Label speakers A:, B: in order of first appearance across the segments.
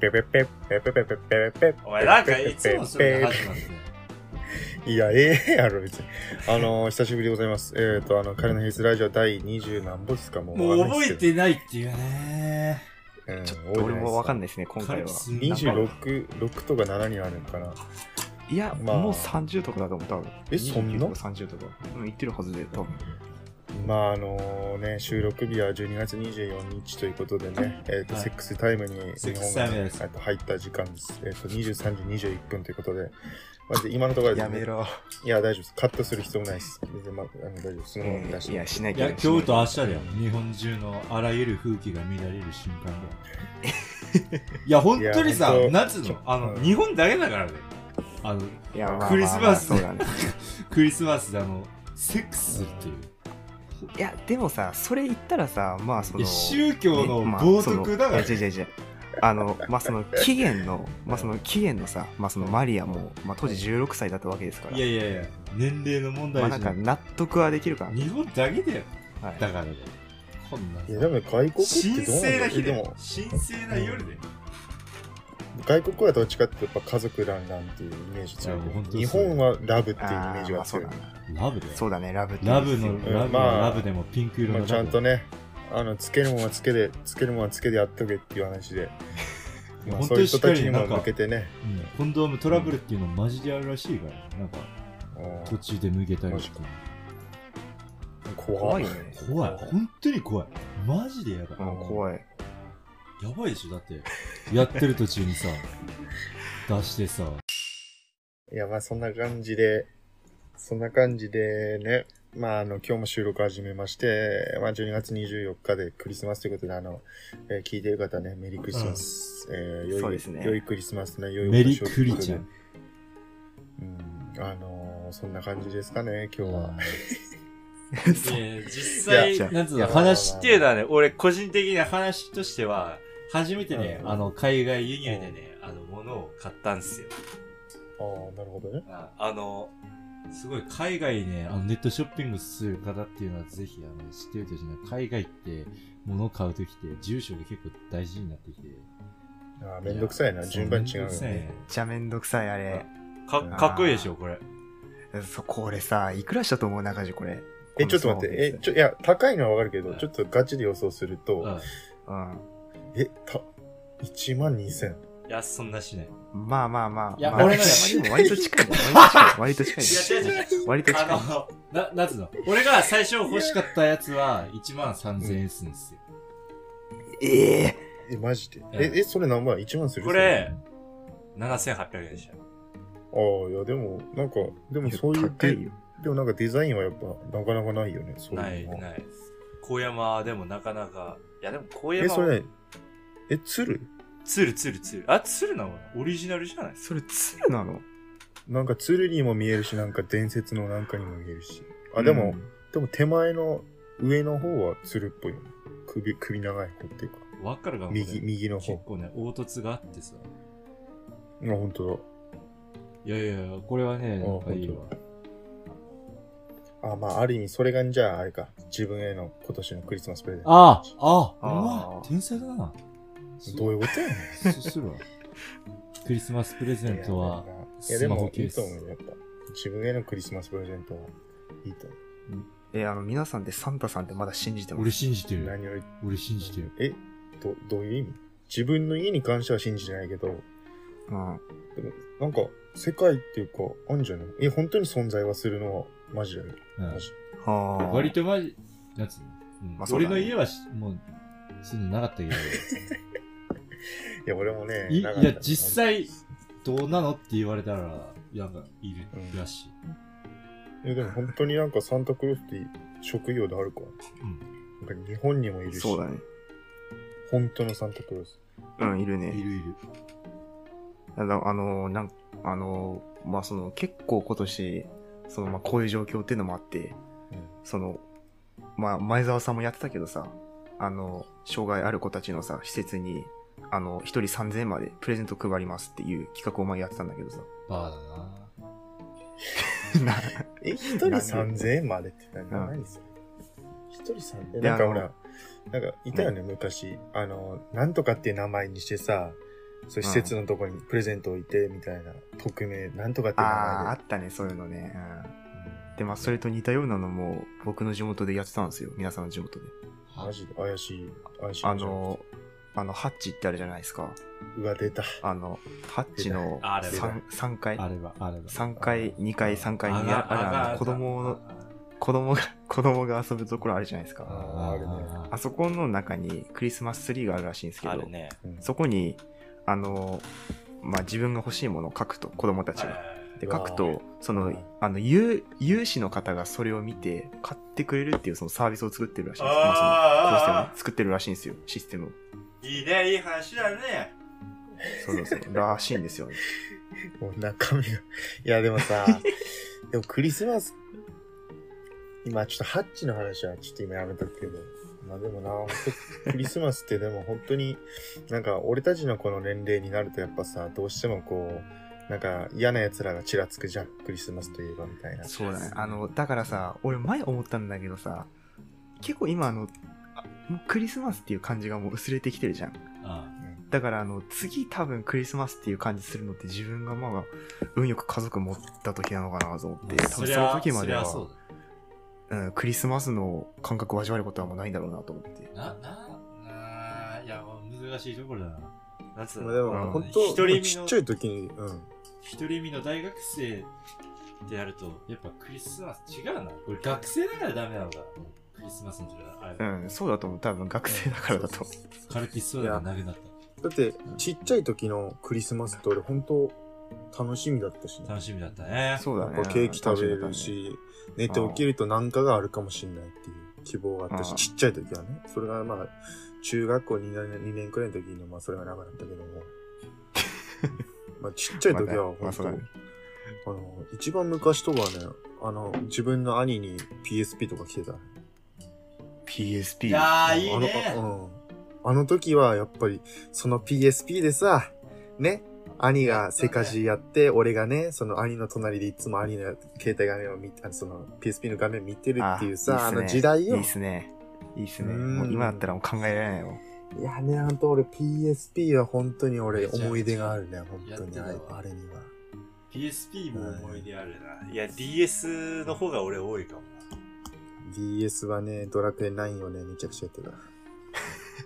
A: ペペペペペペペペペペ
B: お前なんかいつもそれが始まるね。
A: いや、ええやろ、別に。あの、久しぶりでございます。えっ、と、あの、彼のヘイスラジオ第20何本ですか も
B: もう覚え
A: え
B: てないっていうね。
A: うん、
C: ちょっと俺もわかんないですね、今回は。
B: 26
A: 26、6とか7になるのかな。
C: いや、
A: まあ
C: もう30とかだと思う、多分。
A: えそんな
C: 29とか ?30 とか。うん、言ってるはずで、多分。
A: まあ、あのね、収録日は12月24日ということでね、えっ、と、
B: はい
A: セックスタイムに
B: セ
A: 日
B: ック
A: 本
B: スタ
A: が
B: イム
A: ね、
B: です
A: えっと入った時間です。えっ、と、23時21分ということで、まず今のところですね
C: ろ。
A: いや、大丈夫です。カットする必要もないです。全然、まあ、あの大丈夫です。そのまま出して。
C: いや、しない
B: い
C: けど。
B: や、今日と明日だよ。日本中のあらゆる風紀が乱れる瞬間だよ。いや、本当にさ
A: いや、本当
B: 夏の、あの、
A: うん。
B: 日本だけだからね。あの、
C: いや、まあまあまあ
B: クリスマス
C: そうだね。
B: クリスマスであの、セックスするっていう。
C: いや、でもさ、それ言ったらさ、まあ、そ
B: い
C: の。
B: や宗教の
C: ねまあ
B: 冒
C: その
B: 涜だから
C: いや、違う違う違う。あの、まあ、その、起源の、まあ、その、起源のさ、まあ、その、マリアも、まあ、当時16歳だったわけですから。
B: いやいやいや、年齢の問
C: まあ、
B: 題じ
C: な
B: ゃ
C: んか、
B: ん。
C: 納得はできるから。
B: 日本だけだよ。
C: はい
B: だからね。こんない
A: や、でもね外国って
B: 神
A: どうなん
B: 聖
A: だ
B: な
A: ろう
B: 日
A: でも
B: だよ。、神聖な夜だよ。
A: 外国はどっちかっていうとやっぱ家族団らんっていうイメージ強い
B: いやもう本当そう
A: 日本はラブっていうイメ
C: あ
A: ージ
C: ーま
A: が
C: あ、そう
A: 強い、
C: だね。
B: ラブだよ。
C: そうだね、ラブって言
B: ラ
C: うん
B: ブ
C: ですよ
B: の、
A: ん
B: ラブ
A: ま
B: の
A: あ
B: ラブでもピンク色の
A: ま
B: ラ
A: あ、ち
B: ブ。
A: ゃんとねあのつけるもんはつけでつけるもんはつけでやっとけっていう話 で、まあ、
B: 本
A: そ
B: 当
A: ういう人
B: にしっか
A: たちに
B: りな
A: も
B: んか
A: 向けてね
B: うんコンドームトラブルっていうのマジであるらしいからね、なんか途中で脱げたりとか
A: うん怖
C: 怖
A: い
C: いよね。
B: 怖い本当に怖いマジでや
C: う
B: ば
C: ん、怖い。
B: いやばいでしょだってやってる途中にさ出してさ
A: いやまあそんな感じでそんな感じでねまあ、あの今日も収録始めまして、まあ、12月24日でクリスマスということであの、えー聞いてる方ねメリークリスマス、えー良い
C: そうですね
A: 良いクリスマスね良いお
B: メリ
A: 年を
B: クリちゃ
A: というんうんあのーそんな感じですかね、今日は。
C: そう
B: 実
C: いや
B: 際なんつう
A: いや
B: の話っていうのはね俺個人的な話としては初めてね、
A: うん
B: あの海外輸入でね、あの物を買ったんですよ
A: ああ、なるほどね。
B: ああの、すごい海外ね、あのネットショッピングする方っていうのはぜひあの知ってるといいね、海外って物を買うときって住所が結構大事になってきて。
A: ああ、めんどくさいな、
B: や
A: 順番違うよ
B: そうめんどく
A: ね。
B: さいね
C: めっちゃめんどくさい、あれ。
B: かかっこいいでしょ、これ。
C: そこれさ、いくらしたと思う中地これ。
A: え、ちょっと待って、え、ちょ、いや、高いのはわかるけど、
B: うん
A: ちょっとガチで予想すると、
B: う
C: うん。
A: え、た、1万2000。
B: ん。いや、そんなしない。
C: まあまあまあ。
B: いや
C: まあ
B: 俺のね
C: 割と割と近いね。割と近
B: い
C: い。割と近
B: や
C: い
B: 違う違
C: ね
B: う。
C: 割と近い。
B: あの、な、なんつうの俺が最初欲しかったやつは1万3000円するんですよ。
C: ええ
A: え、マジで。
B: う
A: え、
B: ん
A: え、それ何万 ?1 万する
B: これ、7800円でした。
A: それああ、いや、でも、なんか、でもそういう
C: 高
A: で、
C: い
A: で
C: よ。
A: もなんかデザインはやっぱ、なかなかないよね、そう
B: ないいう
A: のは。
B: ない。高山でもなかなか、いやでも高
A: え、
B: 山
A: そ
B: は、
A: れ、え、鶴
B: ツルツルツル。あ、ツルなのかなオリジナルじゃない
C: それ、ツルなの
A: なんか鶴にも見えるし、なんか伝説のなんかにも見えるし。あ、でも、でも手前の上の方は鶴っぽいよね。首、首長い方っていうか。
B: わかるかも
A: 右、右の
B: 結
A: 方。
B: 構ね、凹凸があってさ。
A: あ、本当
B: いやいやいや、これはね、
A: あ
B: なんかいいわ。
A: だ。あ、まあ、ある意味、それが、じゃあ、あれか。自分への今年のクリスマスプレゼント。
B: ああ
C: あー
B: あうまい天才だな。
A: どういうことやねん。、
B: そうするわ。クリスマスプレゼントはい
A: や、で
B: スマ
A: も
B: ホ、
A: い
B: ケー
A: い
B: ス
A: と思うよ、やっぱ。自分へのクリスマスプレゼントはいいと思う。
C: えあの、皆さんってサンタさんってまだ信じてま
B: 俺
C: す。
B: 信じてる。
A: 何より、
B: 俺信じてる。
A: え、ど、どういう意味自分の家に関しては信じてないけど、
C: うん。
A: でも、なんか、世界っていうか、あんじゃないえ、本当に存在はするのは、マジだよ。
B: うん
A: マジ。
C: はあ。
B: 割とまじ、なんつうのうん
C: まあそう
B: 俺
C: だね
B: の家はしもう、そういうのなかったけど、
A: いや、俺もね、
B: い
A: なかった
B: いや実際どうなのって言われたら、なんか、いる
A: うん
B: らしい。
A: いやでも本当になんかサンタクロースって職業であるから。なんか日本にもいるし、
C: そうだね。
A: 本当のサンタクロース。
C: うん、いる
B: い
C: ね。
B: るいる。
C: あの、あのなんあのまあ、その、結構今年、その、まあ、こういう状況っていうのもあって、その、まあ、前澤さんもやってたけどさ、あの、障害ある子たちのさ、施設に、あの、一人3000円までプレゼント配りますっていう企画を前やってたんだけどさ、
B: バーだな。
C: な
A: え、一人3000円までって何何それ一人3000円
C: いや
A: なんかほ
C: あ
A: ら、なんかいたよね、昔。あの、なんとかっていう名前にしてさ、そう施設のとこにプレゼント置いてみたいな、匿名、なんとかっていう
C: ああ、あ
A: 名
C: ったね、そういうのね。うん
A: 前で。
C: で、まあ、それと似たようなのも、僕の地元でやってたんですよ。皆さんの地元で。
A: マジで怪しい、怪しい。
C: あ、の、あの、ハッチってあるじゃないですか。
A: うわ、出た。
C: あの、ハッチの
B: あれば
C: 3、三階
B: あれば、あれば。
C: 三階、2階、3階にある
B: が
C: あの
B: が
C: 子供の、
B: あ
C: 子供が、 子供が遊ぶところあるじゃないですか。
A: あーあるね
B: あ
C: あそこの中にクリスマスツリーがあるらしいんですけ
B: あ
C: ど、
B: るね。
A: うん
C: そこに、あの、まあ、自分が欲しいものを書くと、子供たちが。で、
A: うわ
C: 書
A: ー
C: くと、そ
A: は
C: の
A: い、
C: あの、有、有志の方がそれを見て、買ってくれるっていうそのサービスを作ってるらしいんですよ。まあ
B: あ
C: そのシステムをね作ってるらしいんですよ、システムを。
B: ー、いいね、いい話だね。
C: そうそうそう。らしいんですよね。
A: もう中身が。いや、でも さ、でもクリスマス、今ちょっとハッチの話はちょっと今やめとくけど、まあでもな、本当クリスマスってでも本当に、なんか俺たちのこの年齢になるとやっぱさ、どうしてもこう、なんか嫌な奴らがちらつくじゃん、クリスマスといえばみたいな。
C: そうだね。あの、だからさ、俺前思ったんだけどさ、結構今あの、あもうクリスマスっていう感じがもう薄れてきてるじゃん。
B: あ
C: だからあの、次多分クリスマスっていう感じするのって自分がまあ、運よく家族持った時なのかなと思って、多分
B: そ
C: そ
B: り
C: の
B: ゃ、
C: 時ま
B: そ
C: で
B: り
C: は
B: ゃ、そう
C: うん、クリスマスの感覚を味わえることはもうないんだろうなと思って。
B: だ。な、な、ないや、難しいところだな。なんつう
A: まあ
B: の
A: で
C: う
A: も
C: ん
A: 本
B: 一
A: 当、
B: 人身の
A: ちっちゃい時に、 うん。
B: 一人身の大学生ってやると、やっぱクリスマス違うな。俺学生だからダメなのか。クリスマスの時はあれ
C: う
B: だ。
C: ん、そうだと思う。多分学生だからだと思
B: カルピスソーダがなくなっ
A: だって、ちっちゃい時のクリスマスって俺本当、楽しみだったしね
B: た。楽しみだったね
C: う。。そうだ
A: や
C: ね
A: っ。ぱケーキ食べれるし、寝て起きると何かがあるかもしれないっていう希望があった
C: う
A: し、
C: ん
A: ちっちゃい時はね。それがまあ、中学校2年 ,2 年くらいの時に、まあそれがなかったけ ども。まあちっちゃい
C: 確か
A: 時
C: に、
A: は
C: まあ
A: 本
C: そ
A: 当、
C: うだね。
A: あの、一番昔とかはね、あの、自分の兄に PSP とか来てた。
B: いやー、
C: PSP。
B: い
A: あ
B: い
A: の、
B: ね。
A: うん。あの時はやっぱり、その PSP でさ、ね、兄がセカジやって、俺がね、その兄の隣でいつも兄の携帯画面を見て、あのその PSP の画面見てるっていうさ、あ
C: あいいっすね
A: の時代
C: い
A: よ。
C: いっ
A: い
C: すね。いいっすね。
A: うん
C: もう今だったらもう考えられないよ。
A: やね、ほんと俺 PSP は本当に俺思い出があるね、本
B: や
A: 当
B: って
A: に
B: た
A: あれ
B: わ
A: あれには。
B: PSP も思い出あるな。いや、DS の方が俺多いかもな。
A: DS はね、ドラクエ9をね、めちゃくちゃやってた。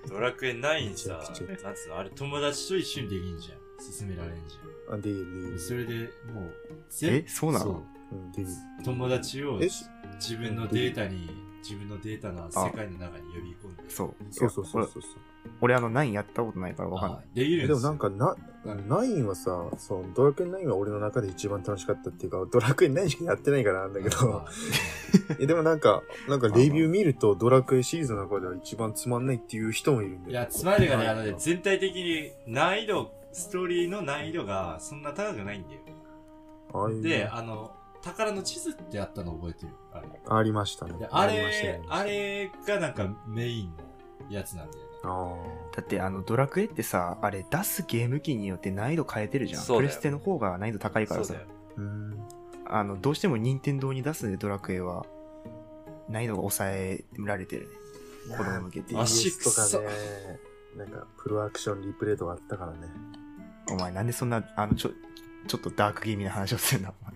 B: ドラクエ9さ
A: めちゃくちゃ、
B: なんつうの、あれ友達と一緒にできんじゃん。進められんじ
A: あ、D、D、
B: ゃん。それでもう、
C: え
B: 全、
C: そうなの
A: うん、D。
B: う友達を
A: え、し
B: 自分のデータに、自分のデータの世界の中に呼び込んで。
C: そう。
A: そうそうそうそうそう。
C: 俺、俺あの、9やったことないからわかんない。
B: あできる
A: え
B: ん
A: ですも
B: よ
A: なんかな、ナインはさ、そう、ドラクエナインは俺の中で一番楽しかったっていうか、ドラクエナインしかやってないからなんだけど、 えでもなんか、なんかレビュー見ると、ドラクエシリーズの中では一番つまんないっていう人もいるんだよ。
B: いや、つまりがね、あのね
A: う、ん
B: 全体的に難易度、ストーリーの難易度がそんな高くないんだよ。
A: ああいう
B: で、あの、宝の地図ってあったの覚えてるあれ。
A: ありましたね
B: で。あ
A: りました
B: れ
A: ね、
B: あれがなんかメインのやつなんだよね。
A: あ
C: だって、あの、ドラクエってさ、あれ、出すゲーム機によって難易度変えてるじゃん。
B: そう
C: プ
B: だよ
C: レステの方が難易度高いから
B: そ
C: さ
B: うだ、よ
A: ーうん。
C: あの、どうしても任天堂に出すドラクエは、難易度が抑えられてるね。子供向けって。
B: あ足
A: DS と
B: 臭
A: か
B: っ
A: ね、なんか、プロアクションリプレイとかあったからね。
C: お前、なんでそんな、あの、ちょ、ちょっとダーク気味な話をするんだ。 お前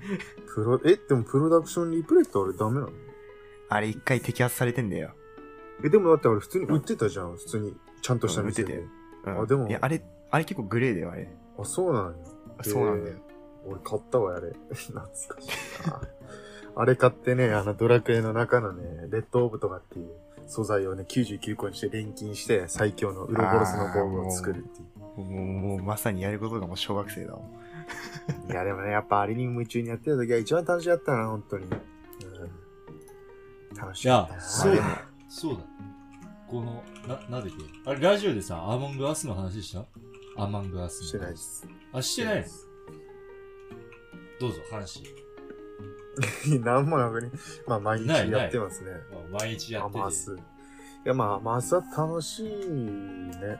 A: プロ、え、でもプロダクションリプレイってあれダメなの
C: あれ、一回摘発されてんだよ。
A: え、でもだって俺普通に売ってたじゃん、普通に。ちゃんとした店
C: うん売
A: で
C: っ。うん
A: あでも
C: いや、あれ、あれ結構グレーだよ、あれ。
A: あ、そうなのよ。
C: そうなんだよ。
A: 俺買ったわ、あれ。 懐かしいな。あれ買ってね、あのドラクエの中のね、レッドオーブとかっていう素材をね、99個にして錬金して、最強のウロボロスの防具を作るってい
C: もう、もうまさにやることがもう小学生だもん。
A: う。いや、でもね、やっぱあれに夢中にやってた時は一番楽しかったな、本当に。うん、楽しかったな。
B: いや
C: まあ
B: そう
C: で
B: だ
C: も、
B: そうだ。この、な、なんだっけあれ、ラジオでさ、アーモングアスの話したアーマングアス
A: して
B: の話
A: ないで。す。
B: あ、して ないのどうぞ、話。
A: なんもなくね。まあ、毎日やってますね。
B: まあ毎日や
A: ア
B: ってて。
A: マース。いや、まあ、アマースは楽しいね。うん。なん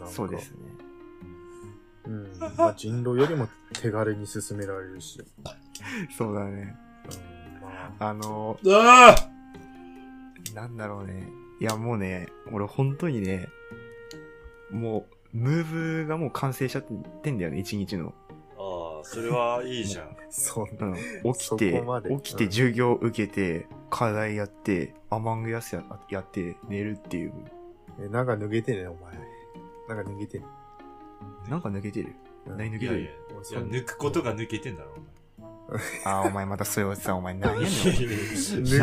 A: か
C: そうです。ね。
A: うん、まあ、人狼よりも手軽に進められるし、
C: そうだね。
A: うんまあ
C: あの
B: ああ
C: なんだろうね。いや、もうね、俺本当にね、もう、ムーブがもう完成しちゃってんだよね、一日の。
B: ああ、それはいいじゃん。
A: そん
C: う
A: な。
C: ん、起き
A: そ
C: て
A: こまで、
C: 起きて授業受けて、課題やって、アマングアスややって、寝るっていう。
A: えなんか脱げてね、お前。なんか脱げてね。
C: なんか抜けてる。
A: うん
C: 何 抜
B: い
C: け
B: や
C: て
B: いや、い
C: る
B: や抜くことが抜けてんだろ、
C: あー、お前またそれをさ、お前
B: お
C: 何
B: 前。
C: やねん。
B: いやいやいや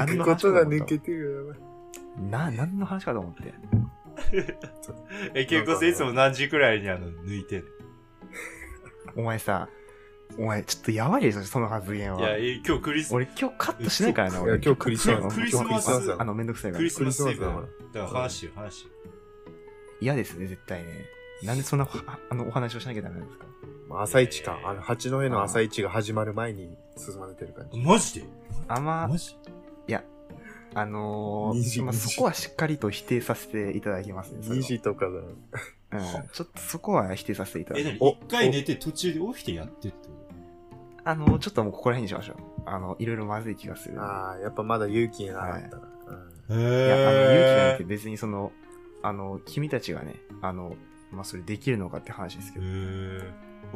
A: 抜くことが抜けてるよ、やばい。
C: な、何の話かと思って。
B: え、結構さんいつも何時くらいにあの、抜いてん
C: お前さ、お前ちょっとやばいでしょ、その発言
B: の。
C: はい
B: や、え今日クリス、
C: 俺今日カットしないから
A: い
C: な、
A: や
C: 俺。
A: 今日クリスマス
C: 今日
B: クリスマス
C: 今日あの、めんどくさいか
B: ク
C: ら
B: リ。スマスイブだ
A: クリス
B: か
A: マス
B: ら話しよう、話しよ
C: 嫌ですね、絶対ね。なんでそんな、ああの、お話をしなきゃダメなんですか
A: まあ朝一か。あの、八戸の朝一が始まる前に進まれてる感
B: う。
A: じ。
B: マジで
C: あんま
B: マ、ジ
C: あの
A: 二時
C: ー、まあ
A: 二時
C: そこはしっかりと否定させていただきますね。それ
A: 2
C: は
A: 時とかだ。
C: うん、ちょっとそこは否定させていただ
B: え、
C: き
B: な
C: ます。
B: に
A: お
B: 一回寝て途中で起きてやってってこ
C: あのー、ちょっともうここら辺にしましょう。あの、いろいろまずい気がする。
A: ああ、やっぱまだ勇気がなかったな。うん
B: と
C: いや、あの、勇気なん
B: へ
C: て別にその、あの、君たちがね、あの、まあ、それできるのかって話ですけ
B: え。
C: ど、
B: へえ。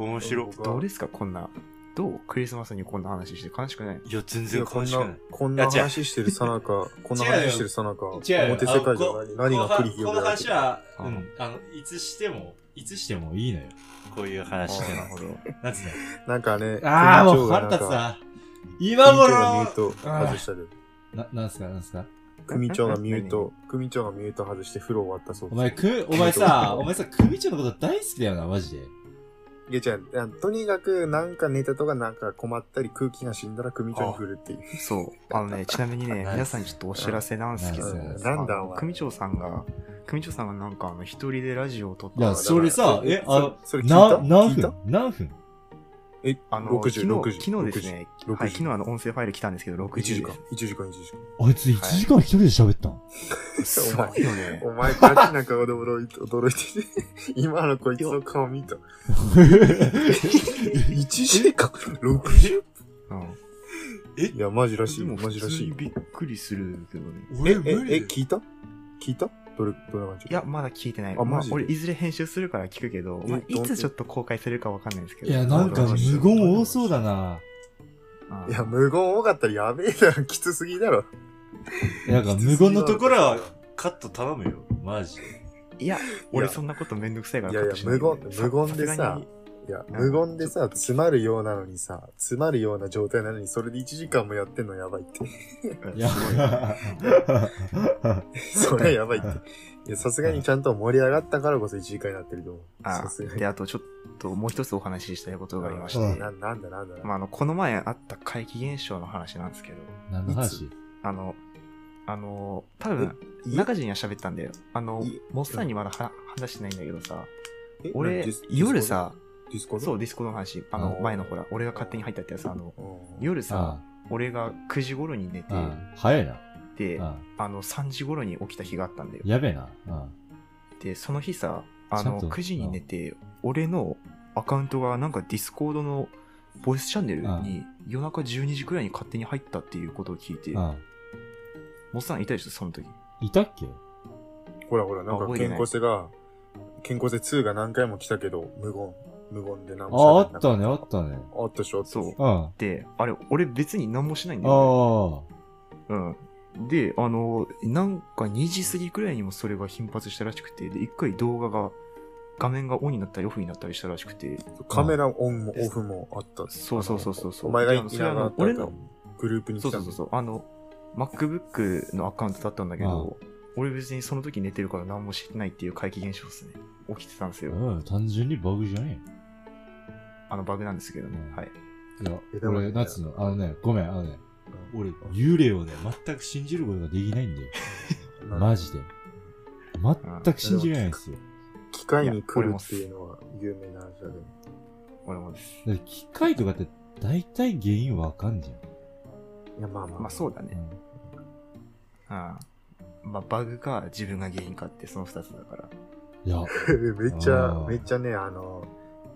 B: 面白い。
A: 僕は
C: どうですか、こんな、どうクリスマスにこんな話して悲しくない
B: いや、全
A: いや
B: 然
A: こ
B: 悲
A: ん
B: しくな。、
A: ないこんない
B: や違う
A: 話してるさなか、こんな
B: 違うよ
A: 話してるさなか、表
B: 違うよ
A: 世界じゃ
B: あ
A: 何何が繰り
B: こ
A: 広
B: この
A: げられて
B: 話
A: る
B: は、
C: う
B: うんん、あの、いつしても、いつしてもいいのよ。こういう話ってのは
C: なる。ほど。
B: なんつう
A: なんかね、
B: のああ、
A: 店
B: も
A: 長
B: う
A: が
B: 腹
A: なん
B: 立つ
A: か、
B: な。今頃
A: 組長がミュート外したで。
B: な、なんすか、なんすか
A: 組長がミュート、組長がミュート外して風呂終わったそう
B: お
A: です
B: 前、。く、お前さ、お前さ、組長のこと大好きだよな、マジで。
A: いや、じゃあ、とにかく、なんかネタとかなんか困ったり、空気が死んだら組長に振るっていう。
C: そう。あのね、ちなみにね、皆さんにちょっとお知らせなんですけど、
B: ナイス
C: あの
A: なんだお前
C: 組長さんが、組長さんがなんかあの、一人でラジオを撮った
B: いや
C: のが
B: それさえあの
A: それ聞い
B: な、
A: た
B: 何
A: 聞いた
B: 分何分
A: え、
C: あの、昨
A: 60、
C: 日、
A: 60。
C: 昨日ですね、
A: 60
C: はい、昨日あの、音声ファイル来たんですけど、6
A: 1
C: 時
A: 時
C: で
A: 間、1時間、1時間。
B: あいつ1時間一人で喋ったん
C: す。すごいよね。
A: お前、ガチな顔で驚いて、驚いて て、今のこいつの顔見た。1時間 ?6 時
C: うん。
A: いや、マジらしい
C: で
A: よ、
C: も、
A: マジら
C: 普通
A: しい
C: に
A: よ。
C: びっくりするけど
A: え、
C: ね。
A: え、え
B: 俺、無理、だ
A: 聞いた聞いたどれ、どんな感じ
C: いや、、まだ聞いてない。
A: あ
C: ま
A: マ
C: あ
A: ジ、で
C: 俺、いずれ編集するから聞くけど、
A: え
C: まあ、い
A: どん
C: つちょっと公開するかわかんないですけど。
B: よ。いや、なんか
C: あの
B: 無言多そうだな。
C: あ
A: いや、無言多かったらやべえだろ、 きつすぎだろ。
B: なんか無言のところはカット頼むよ、マジで。
C: いや、俺、そんなことめんどくさいから
A: いやいや
C: カットしなけど
A: 無言無言で
C: さ
A: さ
C: すがに
A: いや、無言でさ、詰まるようなのにさ、詰まるような状態なのに、それで1時間もやってんのやばい って。
B: いや、
A: それはやばいって。いや、さすがにちゃんと盛り上がったからこそ1時間になってると思う。
C: あ
A: さすがに
C: で、あと、ちょっと、もう一つお話ししたいことがありまして、
B: うん
A: ななんだなんだなんだ。
C: まあ、あの、この前あった怪奇現象の話なんですけど、
B: 何の話
C: あの、あの、多分、
A: い
C: 中地には喋ったんだよ。あの
A: い、
C: モッサンにまだは話してないんだけどさ、
A: え
C: 俺
A: ディス、
C: 夜さ、
A: ディスコード
C: そう、ディスコの話、あの
A: あ、ー
C: 前のほら、俺が勝手に入ったってやつ、あの、
A: うん
C: 夜さ
B: あ、
C: 俺が9時頃に寝て
B: あ、、ああ、早いな。
C: で、
B: ああ、
C: あの、3時頃に起きた日があったんだよ。
B: やべえな。あ
C: で、その日さ、あ
B: ちゃ
C: の、
B: んと
C: 9時に寝て、俺のアカウントがなんかディスコードのボイスチャンネルに夜中12時くらいに勝手に入ったっていうことを聞いて、
B: あ、
C: モ
B: ああ
C: ッさんいたでしょ、その時。
B: いたっけ
A: ほらほら、なん
C: あ
A: か
C: 覚えて
A: 健
C: ない
A: 康性が、健康性2が何回も来たけど、無言。無言で何
B: ああ、あ
A: も喋ん
B: っ
A: なか
B: たね、あったね。
A: あったでしょ
C: そう
A: あったでしょ
B: うん。あ
C: で、あれ、俺別に何もしないんだよ、
B: あ。
C: ね。うん。で、あの、なんか2時過ぎくらいにもそれが頻発したらしくて、で、一回動画が、画面がオンになったりオフになったりしたらしくて、
A: カメラオンもオフもあった。
C: そうそうそうそうそう。
A: お前が
C: で
A: い
C: あの
A: な
C: それはあ
A: か
C: の
A: った
C: 俺の、
A: グループに来
C: そ
A: た
C: うそうそう
A: う。
C: そう。あの、MacBook のアカウントだったんだけど、俺別にその時寝てるから何もしてないっていう怪奇現象ですね。起きてたんですよ。
B: うん、単純にバグじゃね
C: あのバグなんですけどね。
B: うん
C: はい。
B: えよ。
A: え
B: い
A: で
B: や、
A: も
B: 俺、なんつうの、あのね、ごめん、あのね、俺、幽霊をね、全く信じることができないんだよ。
A: うん
B: マジで。全く信じれないんですよ。
A: 機械に来るっていうのは有名な話だけど。
C: 俺もです。
B: だって機械とかって、大体原因わかんじ
A: いや、まあまあ。。
C: まあそううだ
B: ゃん。う
C: ね。
B: ん
C: うん。まあバグか自分が原因かってその二つだから。
B: いや、
A: めっちゃ
B: あ、ー
A: めっちゃね、あの、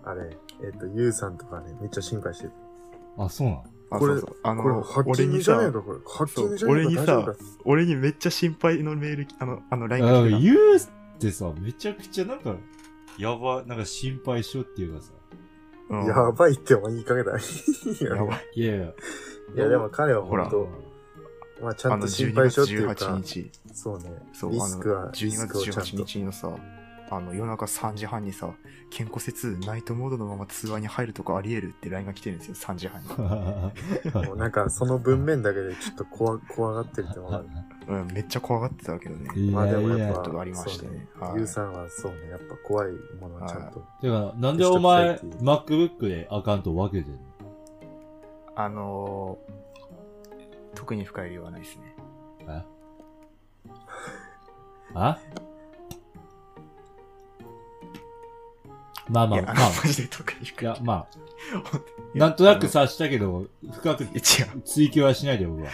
A: あれ、えっと、ゆうさんとかね、めっちゃ心配してる。
B: あ、そうなの
C: あ
A: これ
C: そうそうあ
A: これ、
C: の
A: ハッキ
C: 俺
A: ング
C: に
A: じゃねえ
C: さ
A: のこれ。ハッキングじゃ
C: そう
A: ねえ
C: 俺
A: の大
C: に
A: 丈夫
C: さ
A: か
C: 俺にめっちゃ心配のメールあのあの LINE が
B: あ
C: 来てた
B: ユウってさ、めちゃくちゃなんか、やば、なんか心配性っていうかさ。
C: うん
A: やばいってお前言いかけた。いや
C: やばい
B: いやいや。
A: いや、でも彼は本
B: ほ
A: 当
B: ら
A: まあちゃ
C: あ
A: ん
C: の
A: と心
C: 12
A: 配
C: 月
A: 性っていう
C: 18
A: か、
C: 日
A: そうね。
C: そう
A: リ
C: あ
A: スク
C: の
A: は、リ
C: 12
A: スクをち
C: 月
A: ゃんと
C: 18。日のさあの夜中3時半にさ健康節ナイトモードのまま通話に入るとかありえるって LINE が来てるんですよ3時半 に
A: もうなんか、その文面だけでちょっと怖怖がってるってわかる。
C: うんめっちゃ怖がってたけどね
B: い
A: まあでも
B: やい
A: やっ
B: や
A: ぱ。
C: ことがありましてね
A: そう
C: はい
A: ゆうさんはそうね、やっぱ怖いものはちゃんと。
B: てか、なんでお前、
A: 消しときたいっていう
B: MacBook でアカウント分けてんの
C: あのー特に深い理由はないですね
B: えあまあま
C: い
B: あ、ま
C: やあ
B: あ
C: の、マジで特に
B: い
C: 深い
B: や、まあ、
C: ほんとに
B: なんとなく察したけど、深く
C: いや違う
B: 追求はしないで、僕は。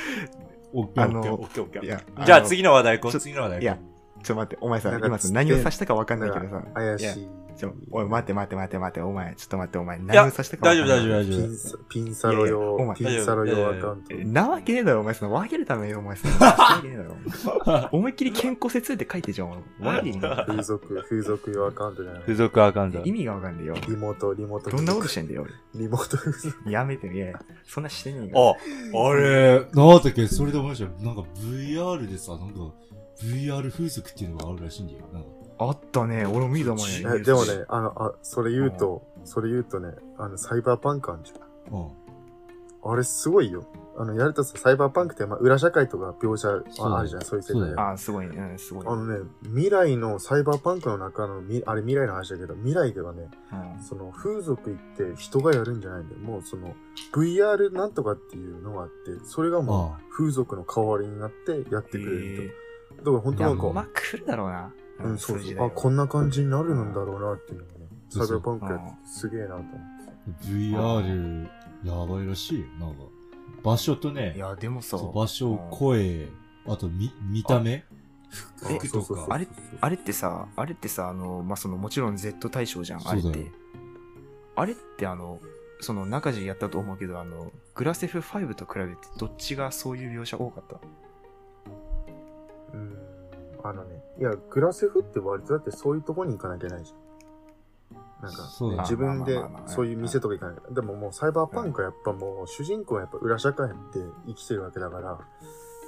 B: オッケー
C: あ
B: オッ
C: の
B: ケーオッケーオッケー
C: いや
B: じゃあ
C: の
B: 次の話題行こ
C: ち
B: う、
C: ょ
B: 次の話題
C: い
B: 行
C: や
B: こ
C: ちょっと待ってお前さ
A: なんか
C: 今さ何を指したか分かんないけどさ
A: 怪
C: や
A: しい。
C: ちょおい待って待って待って待ってお前ちょっと待ってお前
B: や
C: 何を指した
B: う。
C: か分
B: 大丈夫、
C: かんない
B: 大丈夫、大丈
A: ピンサピンサロ
C: いやいやお前
A: 用、ピンサロ
B: いやい
A: 用
B: や
A: ア
B: いや
A: カウント。
C: なわけねえだろ、お前。その分けるために、お前。その分けねえ だろ。
B: 夫。
C: 思いっきり健康説って書いてじゃん、お前。分けねえ だろ
A: 風俗、風俗用アカウントじゃない。
B: 属アカウント
C: 意味がわかんねえよ。
A: リモート、リモート。
C: どんなことしてんだよ、
A: リモート風俗。
C: 俺。やめてよ、いやいやそんなしてねえよ。
B: あ、あれ、なんだったっけそれで思いましたよ。なんか VR でさ、なんか VR 風俗っていうのがあるらしいんだよ。なんか
C: あったね、俺も見たもん
B: え
A: え、でもね、あの、あ、それ言うと、それ言うとね、あの、サイバーパンクあんじゃん。
B: う
A: あれすごいよ。あの、やるとさ、サイバーパンクって、まあ、裏社会とか描写
B: そうだよ
A: ああるじゃん、そういう世
B: そうだ
A: 界
B: よ
A: が。
C: あ、すごいね、うん、すごい。
A: あのね、未来のサイバーパンクの中の、みあれ未来の話だけど、未来ではね、
C: うん
A: その風俗行って人がやるんじゃないんだよ。もうその VR なんとかっていうのがあって、それがも
B: あ
A: う風俗の代わりになってやってくれると。だから本
C: い
A: 当
C: や、
A: なん
B: もう
C: ま
A: か、
C: あ来るだろうな。
A: うん、そう
C: い
A: そ
C: 時
A: う。
C: 代
A: あ、
C: は
A: こんな感じになるんだろうなっていうのがね、サイバーパンクやっててすげえなと思って。
B: ん。VR、やばいらしいよ。なんか、場所とね
C: い、や、でもさ、
B: そう場所、
C: うん
B: 声、あとみ見た目服
A: え
B: 服と
A: そうそうそう
B: か。
C: あれあれってさ、あれってさ、あの、まあ、その、もちろん Z 対象じゃん、
B: そ
C: あ
B: う
C: れっ
B: だよ
C: て。あれって、あの、その、中地やったと思うけど、あの、グラセフ5と比べて、どっちがそういう描写多かった
A: うん。あのね、いや、グラセフって割とだってそういうとこに行かなきゃいけないじゃん。なんか、
B: そうだね
A: 自分で
C: まあまあまあまあ
A: そういう店とか行かなきゃ。でももうサイバーパンクはやっぱもう主人公はやっぱ裏社会で生きてるわけだから、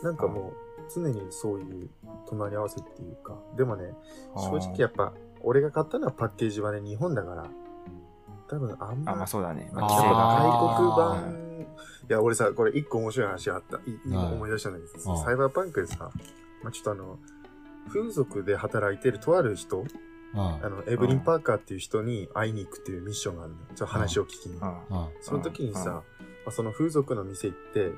A: なんかもう常にそういう隣り合わせっていうか、でもね、正直やっぱ俺が買ったのはパッケージはね、日本だから、多分あん
C: あ、ま
A: ま
C: あ、そうだね。ま
A: まあ
C: あ、
B: ー
C: 規制
A: 外国
B: あ
C: がねうん
A: 版、いや、俺さ、これ一個面白い話があった。い今
B: はい
A: 思い出したんだけ
B: う
A: ど、
B: ん
A: サイバーパンクでさ、まあ、ちょっとあの、風俗で働いてるとある人、
B: あ
A: あの、エブリン・パーカーっていう人に会いに行くっていうミッションがあるのよ。ちょっと話を聞きに。
C: うん
B: あ
A: その時に
C: うん
A: さ、まあ、その風俗の店行って、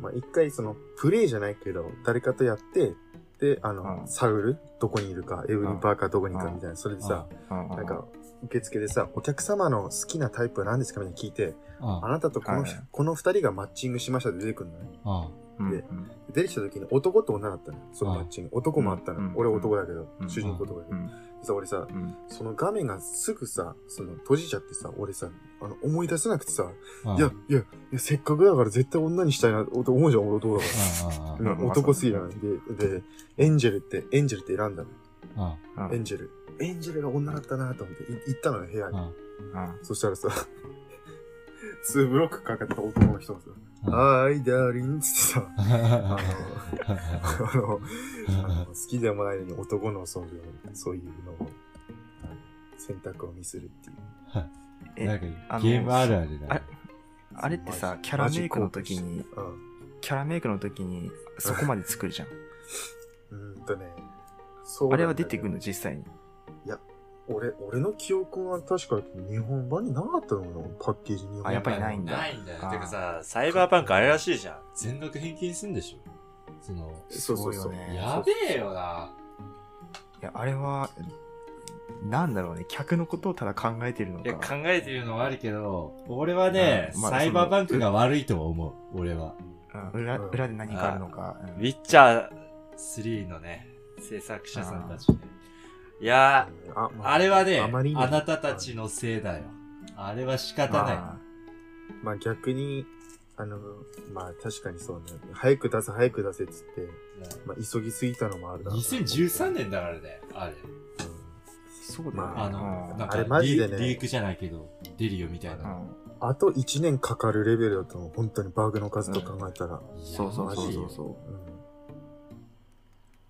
A: まあ、一回その、プレイじゃないけど、誰かとやって、で、あの、
C: うん
A: 探るどこにいるか、エブリン・パーカーどこにいるかみたいな。それでさ、
C: うん
A: なんか、受付でさ、お客様の好きなタイプは何ですかみたいな聞いて、あ
B: あ
A: なたとこの,、
C: はいはい
A: この二人がマッチングしましたって出てくるのね。
B: あ
C: うん
A: で出てきた時に男と女だったのよそのマッチング。男もあったのよ
C: うん。
A: 俺男だけど
C: う、ん
A: 主人公とかだけ
C: う
A: ど。
C: ん
A: さ、俺さ、
C: うん
A: その画面がすぐさ、その閉じちゃってさ、俺さ、あの、思い出せなくてさ、
B: あ
A: いや、いや、いやせっかくだから絶対女にしたいなと思うじゃん、俺男だか
B: あ あ
A: ら。
C: うん
A: うん男好きじゃない。で、で、エンジェルって、エンジェルって選んだの。
B: あ
C: うん
A: エンジェル。エンジェルが女だったなと思って、い行ったのよ、部屋に。
B: あ
C: うん
A: そしたらさ、2ブロックかかった男の人がさ、
B: うん
A: はーい、ダーリンっつってさ、あ
B: あ
A: の、あのあの好きでもないのに男のそういう、そういうのを、あの選択をミスるっていう。
C: え
B: なんか
C: あの
B: ゲームあるあるだ
C: あ
B: ね。
C: あれってさ、キャラメイクの時に、
A: うん。
C: キャラメイクの時に、そこまで作るじゃん。
A: うーんとね、そうなんだけど
C: あれは出てくるの、実際に。
A: 俺、俺の記憶は確か日本版になかったのかなパッケージ日本版
C: あやっぱりないんだ
B: ないんだよ。
C: ああ
B: てかさ、サイバーパンクあれらしいじゃん。全額返金すんでしょ。その、
A: そうそう
C: す
A: そ
C: ご
A: う
C: い。よね
B: やべえよな。
C: いや、あれは、なんだろうね、客のことをただ考えてるの
B: いや、
C: か。
B: 考えてるのはあるけど、俺はね、
C: うんまあ
B: サイバーパンクが悪いとは思う。俺は。
C: うん裏
A: うん
C: 裏で何かあるのか。うん
D: ウィッチャー3のね、制作者さんたちね。いや
A: あ
D: ー、
A: ま
D: あれはね、
A: あ
D: あ
A: まりにも
D: なたたちのせいだよ。あれは仕方
C: ま
D: ない。
C: あ
A: まあ逆に、あの、まあ確かにそうね。早く出せ、早く出せっつって、まあ急ぎすぎたのもあるだろうな。
B: 2013年だからね、あれ。
C: そうだよね。
A: ま
B: あの、
C: うん
B: なん
A: あれ
B: か
A: マ
B: リ、
A: ジでね
B: リークじゃないけど、出るよみたいな。
C: うん
A: あと1年かかるレベルだと思う、本当にバグの数と考えたら。
C: そうそうそうそう
B: う。
C: そう。
A: う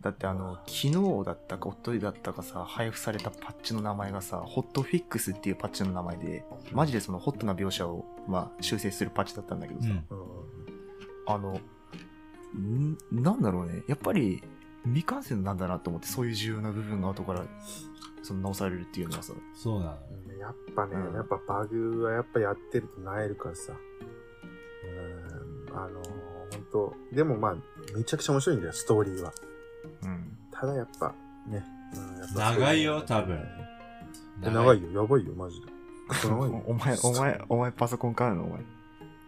C: だってあの、昨日だったか、おとといだったかさ、配布されたパッチの名前がさ、ホットフィックスっていうパッチの名前で、マジでそのホットな描写を、まあ、修正するパッチだったんだけど
B: う
C: さ、
B: ん。
A: ん。うん
C: あの、んなんだろうね、やっぱり未完成なんだなと思って、そういう重要な部分が後から、その直されるっていうのはさ、
B: そうなのよ。
A: うんやっぱね、
C: うん
A: やっぱバグはやっぱやってるとなえるからさ。うーん、あのー、本当でもまあ、めちゃくちゃ面白いんだよ、ストーリーは。
C: うん。。
A: ただやっぱ、ね。うんやっぱ
B: 長いよ多分
A: え長いよ、やばいよ、マジ で。長いよ
C: お前、お前、お前パソコン買うのお前。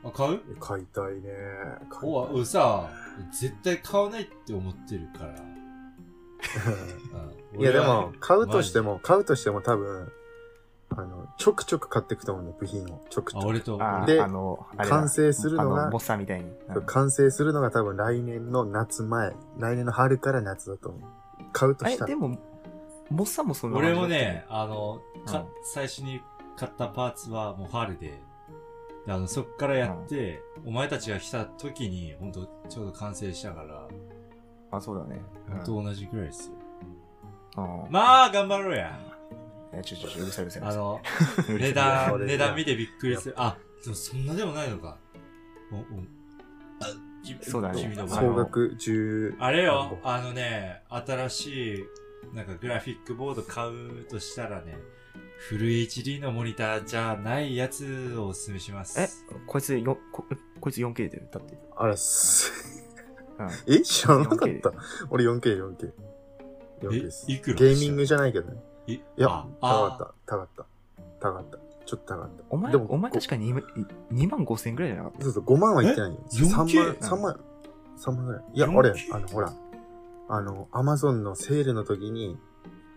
B: あ、買う
A: え買いたいね。買い
B: おわ、うさ、絶対買わないって思ってるから。う
A: た
B: ん
A: いいや、でも、買うとして。
B: 俺は
A: も、買うとしても多分、あの、ちょくちょく買っていくと思うんだよ、部品を。ちょくち
B: マジであ、
A: ょ
B: 俺
A: く。
B: と、
C: あ
B: 俺
A: で
C: あ、あの、あれだ
A: 完成するのが
C: あの、モッサーみたいに。うん
A: 完成するのが多分来年の夏前。来年の春から夏だと思う。買うと
C: え
A: し、たら
C: で。も、モッサーもそんな
B: 俺
C: 感じだ
B: も
C: ったよ
B: ね、、あの、か
C: うん
B: 最初に買ったパーツはもう春で、であのそっからやって、お前たちが来た時に、ほんと、ちょうど完成したから、
C: あ、そうだね。
B: ほん
C: うん
B: と同じくらいですよ。
C: うん
B: まあ、頑張ろうや。
C: いや、ちょちょちょ、うるさいうるさい。
B: あの、
C: う
B: 値
C: るさい
A: いや
B: 段、
A: 俺
B: 値段見てびっくりする。あ、でもそんなでもないのか。おおあじ
C: そうだね
B: 君の場合
A: 総額10
B: あれよ、あのね、新しい、なんかグラフィックボード買うとしたらね、フル HD のモニターじゃないやつをおすすめします。
C: え、こいつよ、ここいつ 4K だよ、だって。
A: あらっす。
C: うん。
A: え知らなかっ
C: 4K
A: た。俺 4K、4K。4K です。
B: えいくら
A: ゲーミングじゃないけどね。
B: えい
A: いや、
B: あ
A: 高かっ
B: あ
A: た。高かった。高かった。ちょっと高かった。
C: お前、
A: でも
C: お前確かに今2万5千ぐらいじゃなかっ
A: そうそう、5万はいってないよ。
B: え
A: 3万、
B: 4K
A: 3万、3万ぐらい。いや、
B: 4K
A: 俺、あの、ほら、あの、アマゾンのセールの時に、